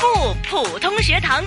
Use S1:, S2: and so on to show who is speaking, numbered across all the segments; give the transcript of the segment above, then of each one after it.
S1: 普通学堂。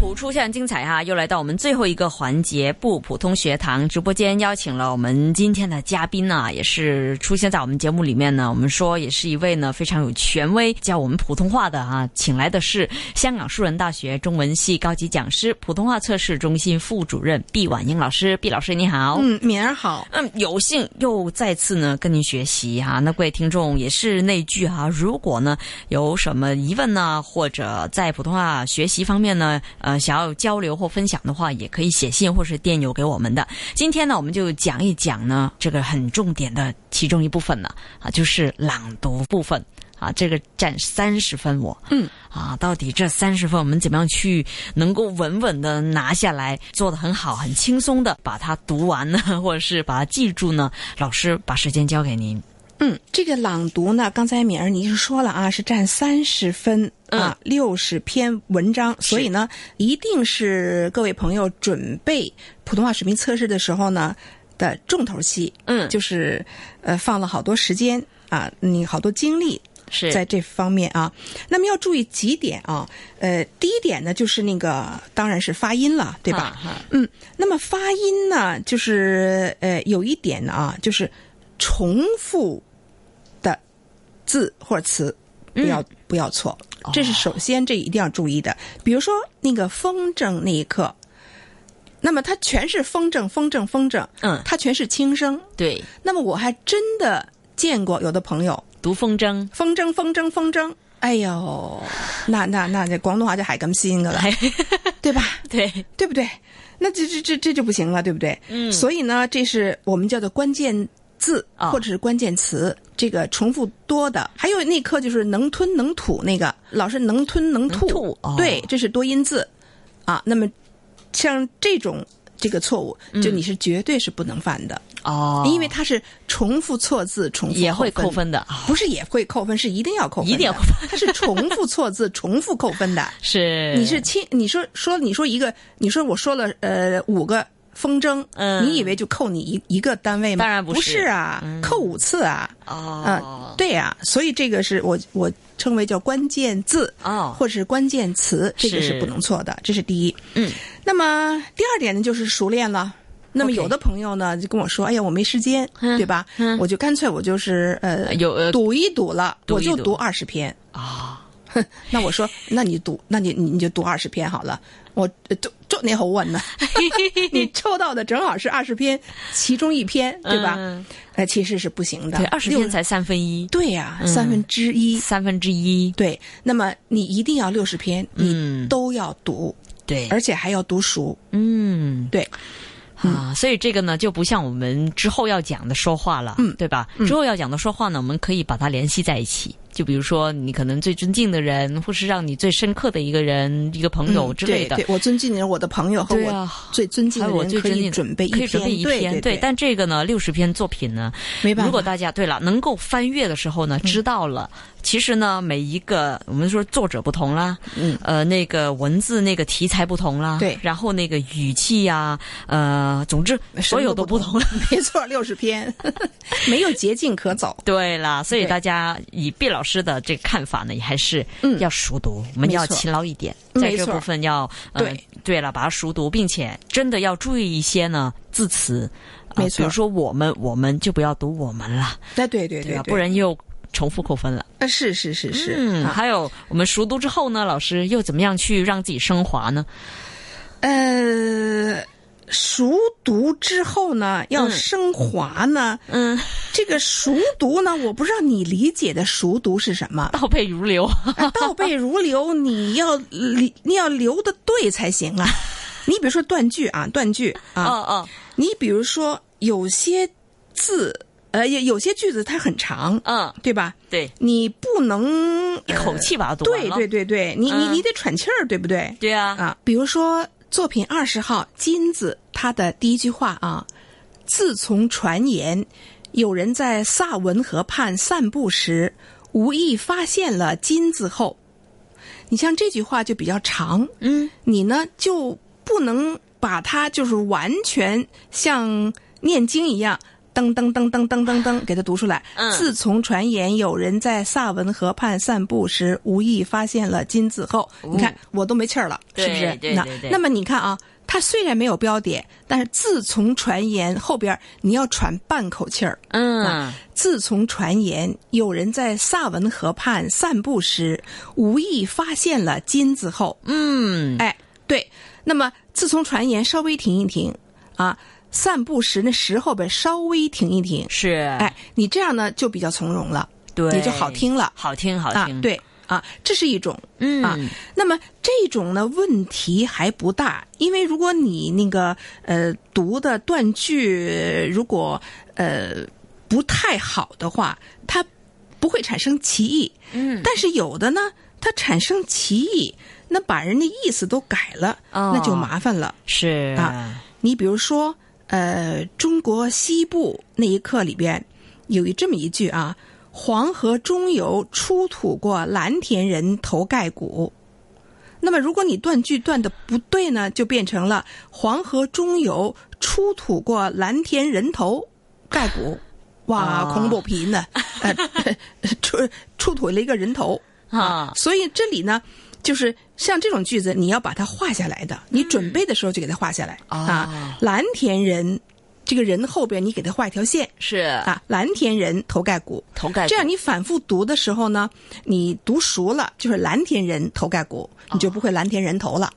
S2: 普出校园精彩哈、又来到我们最后一个环节不普通学堂直播间，邀请了我们今天的嘉宾呢、也是出现在我们节目里面呢。我们说也是一位呢非常有权威教我们普通话的啊，请来的是香港树人大学中文系高级讲师、普通话测试中心副主任毕婉英老师。毕老师你好，
S3: 嗯，敏儿好，
S2: 嗯，有幸又再次呢跟您学习哈、那各位听众也是那句哈、如果呢有什么疑问呢，或者在普通话学习方面呢，呃，想要交流或分享的话，也可以写信或是电邮给我们的。今天呢，我们就讲一讲呢这个很重点的其中一部分呢，啊，就是朗读部分。啊，这个占三十分我，
S3: 嗯，
S2: 啊，到底这三十分我们怎么样去能够稳稳的拿下来，做的很好，很轻松的把它读完呢，或者是把它记住呢？老师把时间交给您，
S3: 嗯，这个朗读呢，刚才敏儿你是说了啊，是占三十分。
S2: 嗯
S3: 啊，六十篇文章，所以呢，一定是各位朋友准备普通话水平测试的时候呢的重头戏。
S2: 嗯
S3: 就是呃，放了好多时间啊，你好多精力
S2: 是
S3: 在这方面啊。那么要注意几点啊，呃，第一点呢，就是那个当然是发音了，对吧？
S2: 啊哈
S3: 嗯，那么发音呢，就是呃，有一点呢啊，就是重复的字或者词不要、不要错，这是首先这一定要注意的。比如说那个风筝那一刻，那么它全是风筝，风筝，风筝，
S2: 嗯
S3: 它全是轻声。
S2: 对，
S3: 那么我还真的见过有的朋友
S2: 读风筝，
S3: 风筝，风筝，风筝。哎呦，那那那这广东话就系咁先噶啦，对吧？
S2: 对，
S3: 对不对？那这这这这就不行了，对不对？嗯。所以呢，这是我们叫做关键字、
S2: 啊
S3: 或者是关键词，这个重复多的。还有那课就是能吞能吐那个，老是能吞能吐，
S2: 能吐哦
S3: 对，这是多音字啊。那么像这种这个错误，就你是绝对是不能犯的，
S2: 嗯哦，
S3: 因为它是重复错字，重复
S2: 也会
S3: 扣
S2: 扣。分的，啊
S3: 不是也会扣分，是一定要扣分的，
S2: 一定要扣
S3: 它是重复错字，重复扣分的。
S2: 是
S3: 你是亲，你说说你说一个，你说我说了呃五个风筝，
S2: 嗯
S3: 你以为就扣你一一个单位吗？
S2: 当然不
S3: 不
S2: 是嗯
S3: 啊，扣五次啊，
S2: 哦
S3: 啊，，对呀、所以这个是我我称为叫关键字
S2: 哦
S3: 或者是关键词，这个
S2: 是
S3: 是不能错的，这是第一。
S2: 嗯，
S3: 那么第二点呢，就是熟练了。那么
S2: OK
S3: 有的朋友呢就跟我说：“哎呀，我没时间，
S2: 嗯
S3: 对吧？
S2: 嗯
S3: 我就干脆我就是呃，
S2: 有呃
S3: 赌一赌了，
S2: 赌
S3: 我
S2: 一
S3: 就
S2: 赌
S3: 读二十篇。”
S2: 啊，
S3: 那我说，那你读，那你你你就读二十篇好了。我呃就就那好问呢， 你抽到的正好是二十篇，其中一篇，对吧？
S2: 嗯
S3: 呃，其实是不行的。
S2: 对，二十嗯
S3: 六
S2: 天才三分一，
S3: 对呀、三分之一。
S2: 三分之一，
S3: 对，那么你一定要六十篇，
S2: 嗯
S3: 你都要读，
S2: 对，
S3: 而且还要读熟。
S2: 嗯。
S3: 对，嗯
S2: 啊，所以这个呢就不像我们之后要讲的说话了，
S3: 嗯
S2: 对吧？之后要讲的说话呢，我们可以把它联系在一起。就比如说，你可能最尊敬的人，或是让你最深刻的一个人、一个朋友
S3: 嗯
S2: 之类的，
S3: 对对我尊敬的人，我的朋友和
S2: 对
S3: 我
S2: 啊
S3: 最尊敬
S2: 还
S3: 的
S2: 有我最
S3: 人可
S2: 尊敬
S3: 以
S2: 的
S3: 准备一
S2: 可以
S3: 篇，
S2: 准备一篇，
S3: 对对，
S2: 但这个呢，六十篇作品呢，
S3: 没办法。
S2: 如果大家对了能够翻阅的时候
S3: 嗯
S2: 呢，知道了，其实呢，每一个我们说作者不同啦，
S3: 嗯，
S2: 呃，那个文字那个题材不同啦，
S3: 对
S2: 然后那个语气呀、呃，总之所有都不同。
S3: 了，没错，六十篇， 没有捷径可走。
S2: 对啦，所以
S3: 对
S2: 大家以毕老师的这个看法呢，也还是
S3: 嗯
S2: 要熟读，我们要
S3: 没错
S2: 勤劳一点，
S3: 没
S2: 在
S3: 错
S2: 这部分要呃
S3: 对
S2: 对了，把它熟读，并且真的要注意一些呢字词，呃
S3: 没错
S2: 比如说我们，我们就不要读我们了，
S3: 哎，对对
S2: 对
S3: 对
S2: 吧？
S3: 对，
S2: 不然又重复扣分了。
S3: 啊，是是是是，
S2: 嗯，
S3: 啊，
S2: 还有我们熟读之后呢，老师又怎么样去让自己升华呢？
S3: 呃，熟读之后呢，要
S2: 嗯
S3: 升华呢，
S2: 嗯，，
S3: 这个熟读呢，我不知道你理解的熟读是什么
S2: 倒背如流。
S3: 啊倒背如流，你要理你要留的对才行 啊。你比如说断句啊，断句
S2: 哦
S3: 啊，
S2: 哦
S3: 你比如说有些字，呃，有有些句子它很长，
S2: 嗯，
S3: 对吧？
S2: 对，
S3: 你不能
S2: 一
S3: 呃
S2: 口气把它读完
S3: 对
S2: 了。
S3: 对对对，你你
S2: 嗯
S3: 你得喘气儿，对不对？
S2: 对啊，
S3: 啊，比如说作品二十号《金子》，它的第一句话啊，自从传言有人在萨文河畔散步时无意发现了金子后，你像这句话就比较长，
S2: 嗯，
S3: 你呢就不能把它就是完全像念经一样噔噔噔噔噔噔噔，给它读出来。
S2: 嗯
S3: 自从传言有人在萨文河畔散步时无意发现了金字后，
S2: 哦
S3: 你看我都没气儿了，是不
S2: 对
S3: 是？
S2: 对
S3: 那
S2: 对对
S3: 那么你看啊，它虽然没有标点，但是自从传言后边儿你要喘半口气儿。
S2: 嗯
S3: 啊，自从传言有人在萨文河畔散步时无意发现了金子后，
S2: 嗯，
S3: 哎，对，那么自从传言稍微停一停啊，散步时那时后边稍微停一停，
S2: 是，
S3: 哎，你这样呢就比较从容了，
S2: 对，
S3: 也就好，听了
S2: 好听，好
S3: 啊
S2: 听，，，
S3: 对啊，这是一种。
S2: 嗯，
S3: 啊那么这种呢问题还不大，因为如果你那个呃读的断句如果呃不太好的话，它不会产生歧义。
S2: 嗯，
S3: 但是有的呢，它产生歧义，那把人的意思都改了，
S2: 哦
S3: 那就麻烦了。
S2: 是
S3: 啊，你比如说，呃，中国西部那一课里边有一这么一句啊：“黄河中游出土过蓝田人头盖骨。”那么，如果你断句断的不对呢，就变成了“黄河中游出土过蓝田人头盖骨”。哇，
S2: 哦
S3: 恐怖皮呢？呃， 出出土了一个人头，
S2: 啊，
S3: 所以这里呢，就是像这种句子，你要把它画下来的，你准备的时候就给它画下来、
S2: 哦
S3: 啊。蓝田人，这个人后边你给它画一条线
S2: 是
S3: 啊，蓝田人头盖骨。
S2: 头盖骨，
S3: 这样你反复读的时候呢，你读熟了就是蓝田人头盖骨，
S2: 哦
S3: 你就不会蓝田人头了。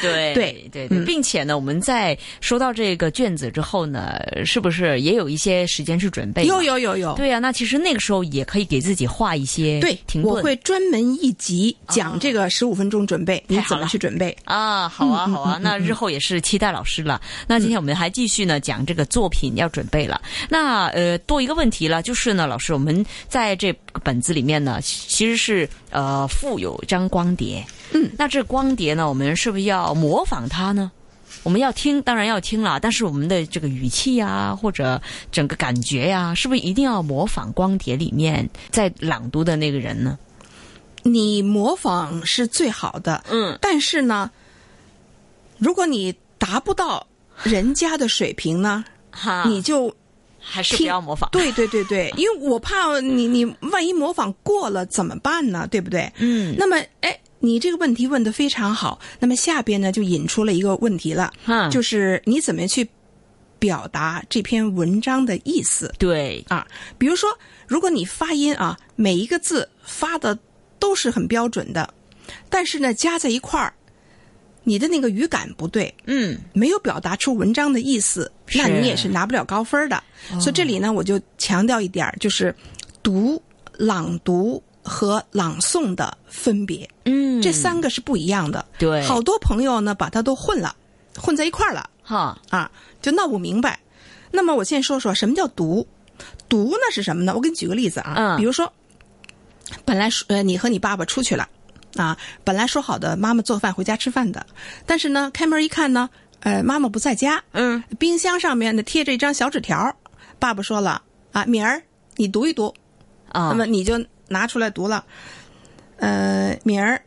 S2: 对
S3: 对
S2: 对对，
S3: 嗯
S2: 并且呢，我们在收到这个卷子之后呢，是不是也有一些时间去准备？
S3: 有。有有有，
S2: 对呀、啊那其实那个时候也可以给自己画一些
S3: 对，
S2: 停顿。
S3: 我会专门一集讲这个十五分钟准备，你
S2: 哦太好
S3: 怎么
S2: 了
S3: 去准备？
S2: 啊，好啊，好 啊，那日后也是期待老师了。那今天我们还继续呢讲这个作品要准备了。那呃，多一个问题了，就是呢，老师，我们在这个本子里面呢，其其实是呃附有一张光碟。
S3: 嗯，
S2: 那这光碟呢，我们是不是要模仿它呢？我们要听，当然要听了，但是我们的这个语气呀、或者整个感觉呀、是不是一定要模仿光碟里面在朗读的那个人呢？
S3: 你模仿是最好的，
S2: 嗯，
S3: 但是呢，如果你达不到人家的水平呢，
S2: 哈，
S3: 你就
S2: 还是不
S3: 听
S2: 要模仿。
S3: 对对对对，因为我怕你你万一模仿过了怎么办呢？对不对？
S2: 嗯，
S3: 那么，哎，你这个问题问得非常好。那么下边呢，就引出了一个问题了，
S2: 哈，
S3: 就是你怎么去表达这篇文章的意思
S2: 对，
S3: 啊？比如说，如果你发音啊，每一个字发的都是很标准的，但是呢，加在一块儿，你的那个语感不对，
S2: 嗯。
S3: 没有表达出文章的意思，
S2: 是哦
S3: 那你也是拿不了高分的。所以这里呢，我就强调一点儿，就是读、朗读和朗诵的分别，
S2: 嗯，
S3: 这三个是不一样的。
S2: 对，
S3: 好多朋友呢，把它都混了，混在一块儿了
S2: 哈，
S3: 啊，就闹不明白。那么我先说说什么叫读，读呢是什么呢？我给你举个例子啊，
S2: 嗯
S3: 比如说，本来说呃你和你爸爸出去了啊，本来说好的妈妈做饭回家吃饭的，但是呢开门一看呢，呃妈妈不在家，
S2: 嗯，
S3: 冰箱上面呢贴着一张小纸条，爸爸说了啊，敏儿你读一读，
S2: 啊
S3: 那，么你就拿出来读了。呃，敏儿，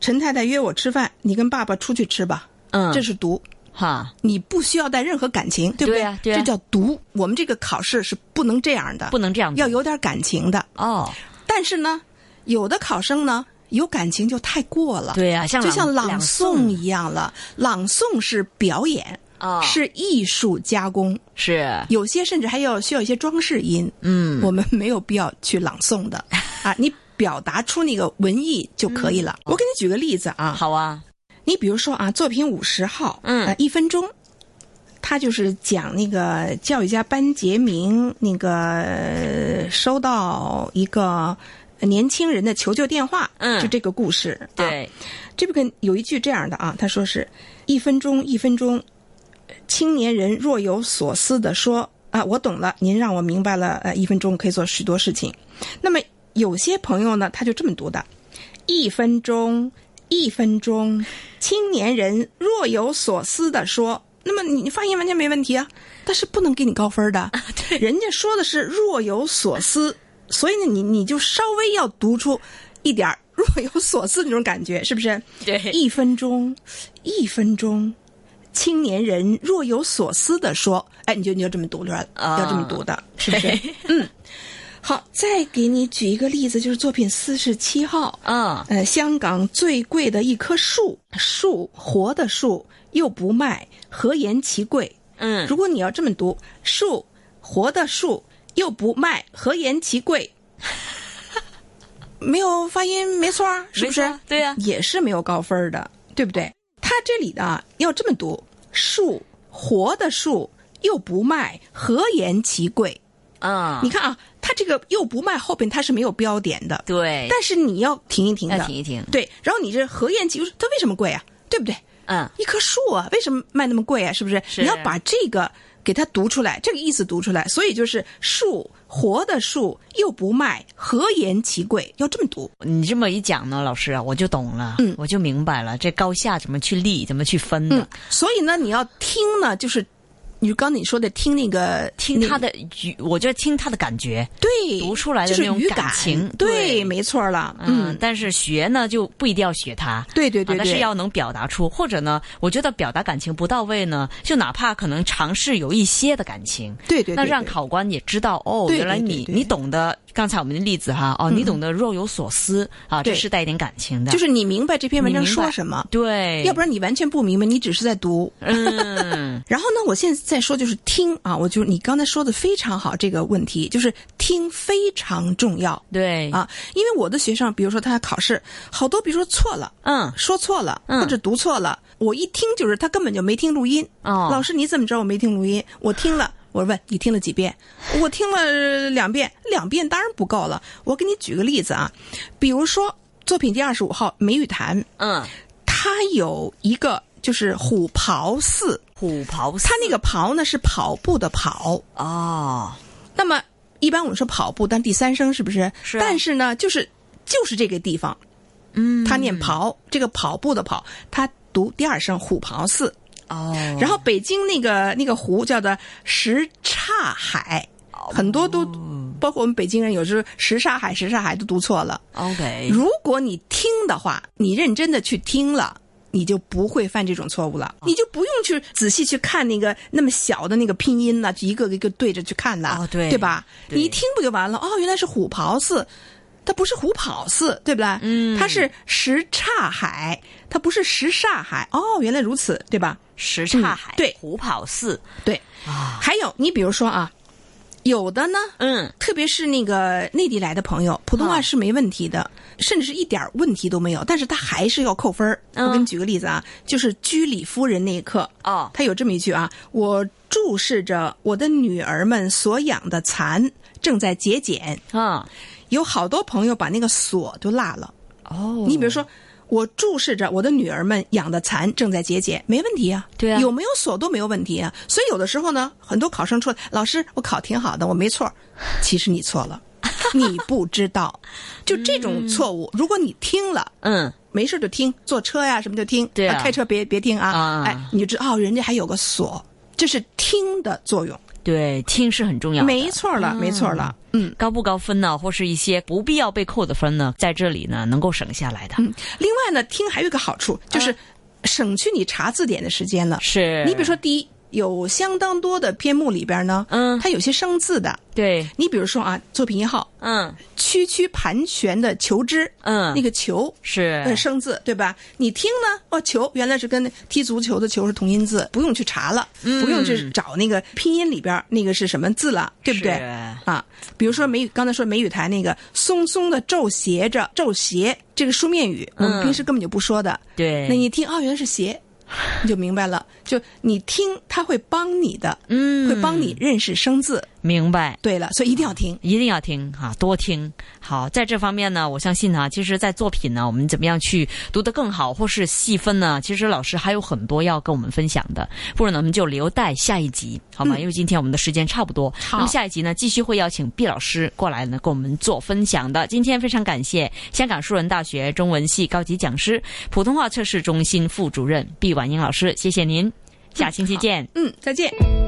S3: 陈太太约我吃饭，你跟爸爸出去吃吧，
S2: 嗯，
S3: 这是读，
S2: 哈，
S3: 你不需要带任何感情，对不
S2: 对呀对呀
S3: 这叫读。我们这个考试是不能这样的，
S2: 不能这样子
S3: 要有点感情的。
S2: 哦，
S3: 但是呢，有的考生呢有感情就太过了，
S2: 对呀，像
S3: 就像
S2: 朗
S3: 朗诵一样了。朗诵是表演，
S2: 啊，
S3: 是艺术加工，
S2: 是，
S3: 有些甚至还要需要一些装饰音。
S2: 嗯，
S3: 我们没有必要去朗诵的啊，你表达出那个文艺就可以了。
S2: 嗯
S3: 我给你举个例子啊，
S2: 好啊，
S3: 你比如说啊，作品五十号，
S2: 嗯
S3: 呃一分钟，他就是讲那个教育家班杰明那个呃收到一个呃年轻人的求救电话，
S2: 嗯
S3: 就这个故事，啊，
S2: 对，
S3: 这不跟有一句这样的啊，他说是一分钟一分钟，青年人若有所思的说啊，我懂了，您让我明白了，呃，一分钟可以做许多事情。那么有些朋友呢，他就这么读的：一分钟，一分钟，青年人若有所思的说。那么你发音完全没问题啊，但是不能给你高分的。
S2: 啊
S3: 人家说的是若有所思，所以呢，你你就稍微要读出一点儿若有所思那种感觉，是不是？
S2: 对
S3: 一分钟，一分钟，青年人若有所思的说：“哎，你就你就这么读，了，
S2: 啊
S3: 要这么读的，是不 是
S2: 对？”
S3: 嗯，好，再给你举一个例子，就是作品四十七号，
S2: 嗯
S3: 呃，香港最贵的一棵树，树活的树又不卖，何言其贵？
S2: 嗯
S3: 如果你要这么读，树活的树又不卖，何言其贵？ 没有发音，没错啊，是不是
S2: 没错？对呀
S3: 也是没有高分儿的，对不对？它这里的啊要这么读：树活的树又不卖，何言其贵？
S2: 嗯，
S3: 你看啊，它这个又不卖后边它是没有标点的，
S2: 对，
S3: 但是你要停一停的，
S2: 要停一停，
S3: 对，然后你这何言其贵？它为什么贵啊？对不对？
S2: 嗯
S3: 一棵树啊，为什么卖那么贵啊？是不是？
S2: 是
S3: 你要把这个给它读出来，这个意思读出来。所以就是树活的树又不卖，何言其贵？要这么读。
S2: 你这么一讲呢，老师啊，我就懂了，
S3: 嗯
S2: 我就明白了，这高下怎么去立，怎么去分的。
S3: 嗯，所以呢，你要听呢，就是你刚你说的听那个
S2: 听
S3: 那
S2: 他的语，我觉得听他的感觉，
S3: 对
S2: 读出来的
S3: 就是
S2: 那种
S3: 语
S2: 感情对
S3: 对，没错儿了。嗯，
S2: 但是学呢就不一定要学他，
S3: 对对对
S2: 啊但
S3: 对
S2: 是要能表达出，或者呢，我觉得表达感情不到位呢，就哪怕可能尝试有一些的感情，
S3: 对对对
S2: 那让
S3: 对
S2: 考官也知道哦，
S3: 对对
S2: 原来
S3: 对
S2: 你
S3: 对嗯
S2: 你懂得刚才我们的例子哈，哦，你懂得若有所思啊，这
S3: 对
S2: 是带一点感情的，
S3: 就是你明白这篇文章
S2: 你明白
S3: 说什么，
S2: 对，
S3: 要不
S2: 然
S3: 然你完全不明白，你只是在读。
S2: 嗯
S3: 然后呢，我现在再说就是听啊，我就你刚才说的非常好这个问题，就是听非常重要
S2: 对
S3: 啊，因为我的学生，比如说他考试，好多比如说错了，
S2: 嗯
S3: 说错了，
S2: 嗯
S3: 或者读错了，我一听就是他根本就没听录音。
S2: 哦
S3: 老师你怎么知道我没听录音？我听了。我问你听了几遍？我听了呃两遍，两遍当然不够了。我给你举个例子啊，比如说作品第二十五号《梅玉潭》，
S2: 嗯，
S3: 它有一个就是虎跑寺，
S2: 虎袍
S3: 它那个跑呢是跑步的跑，
S2: 哦，
S3: 那么一般我们说跑步，但第三声是不是？
S2: 是啊
S3: 但是呢，就是就是这个地方，
S2: 嗯，
S3: 它念跑，这个跑步的跑，它读第二声虎跑寺。
S2: 哦，
S3: 然后北京那个那个湖叫做什刹海，
S2: 哦
S3: 很多都包括我们北京人有时候什刹海、什刹海都读错了。
S2: OK，
S3: 如果你听的话，你认真的去听了。你就不会犯这种错误
S2: 哦
S3: 了，你就不用去仔细去看那个那么小的那个拼音了，去一个一个对着去看了，
S2: 哦对
S3: 对吧？
S2: 对
S3: 你一听不就完了？哦，原来是虎跑寺，它不是虎跑寺，对不对？嗯，它是什刹海，它不是什刹海。哦，原来如此，对吧？
S2: 什刹海，
S3: 嗯对
S2: 虎跑寺
S3: 对。
S2: 啊，
S3: 还有，你比如说啊，有的呢，
S2: 嗯，
S3: 特别是那个内地来的朋友，普通话
S2: 啊
S3: 是没问题的，甚至是一点儿问题都没有，但是他还是要扣分儿。
S2: 嗯
S3: 我给你举个例子啊，就是居里夫人那一课，
S2: 哦，
S3: 他有这么一句啊：“我注视着我的女儿们所养的蚕正在节俭。
S2: 嗯，”
S3: 有好多朋友把那个“所”都落了。
S2: 哦，
S3: 你比如说。我注视着我的女儿们养的蚕正在节俭，没问题啊，
S2: 对啊
S3: 有没有锁都没有问题啊。所以有的时候呢，很多考生出来，老师我考挺好的，我没错儿，其实你错 了，你不知道，就这种错误，如果你听了。
S2: 嗯，
S3: 没事就听，坐车呀什么就听，哎
S2: 对啊
S3: 开车别别听啊，
S2: 啊
S3: 哎，你就知道哦，人家还有个锁，这是听的作用，
S2: 对，听是很重要的，
S3: 没错了，没错了，嗯
S2: 高不高分呢，或是一些不必要被扣的分呢，在这里呢能够省下来的，
S3: 嗯。另外呢，听还有一个好处
S2: 啊
S3: 就是省去你查字典的时间了，
S2: 是
S3: 你比如说，第一，有相当多的篇目里边呢，
S2: 嗯
S3: 它有些生字的。
S2: 对，
S3: 你比如说啊，作品一号
S2: 嗯
S3: “曲曲盘旋的球枝”，
S2: 嗯，
S3: 那个球。
S2: 是
S3: 呃，生字对吧？你听呢？哦，球原来是跟踢足球的球是同音字，不用去查了，
S2: 嗯
S3: 不用去找那个拼音里边那个是什么字了，对不对？
S2: 是
S3: 啊，比如说梅雨，刚才说梅雨台那个松松的皱斜着皱斜，这个书面语我们
S2: 嗯
S3: 平时根本就不说的，
S2: 对，
S3: 那你听哦，原来是鞋，你就明白了。就你听，他会帮你的，
S2: 嗯
S3: 会帮你认识生字。
S2: 明白。
S3: 对了，所以一定要听。
S2: 一定要听哈、多听。好，在这方面呢，我相信啊，其实，在作品呢，我们怎么样去读得更好，或是细分呢？其实老师还有很多要跟我们分享的，不如呢，我们就留待下一集，好吗？因为今天我们的时间差不多，
S3: 好
S2: 那么下一集呢，继续会邀请毕老师过来呢，跟我们做分享的。今天非常感谢香港树人大学中文系高级讲师、普通话测试中心副主任毕婉英老师，谢谢您，下星期见。
S3: 嗯，再见。